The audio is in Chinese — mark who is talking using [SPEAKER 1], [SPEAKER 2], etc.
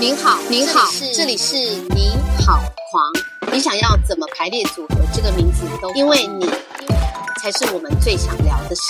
[SPEAKER 1] 您好，
[SPEAKER 2] 您好
[SPEAKER 1] 这里是你好狂，你想要怎么排列组合这个名字都，因为你才是我们最想聊的事。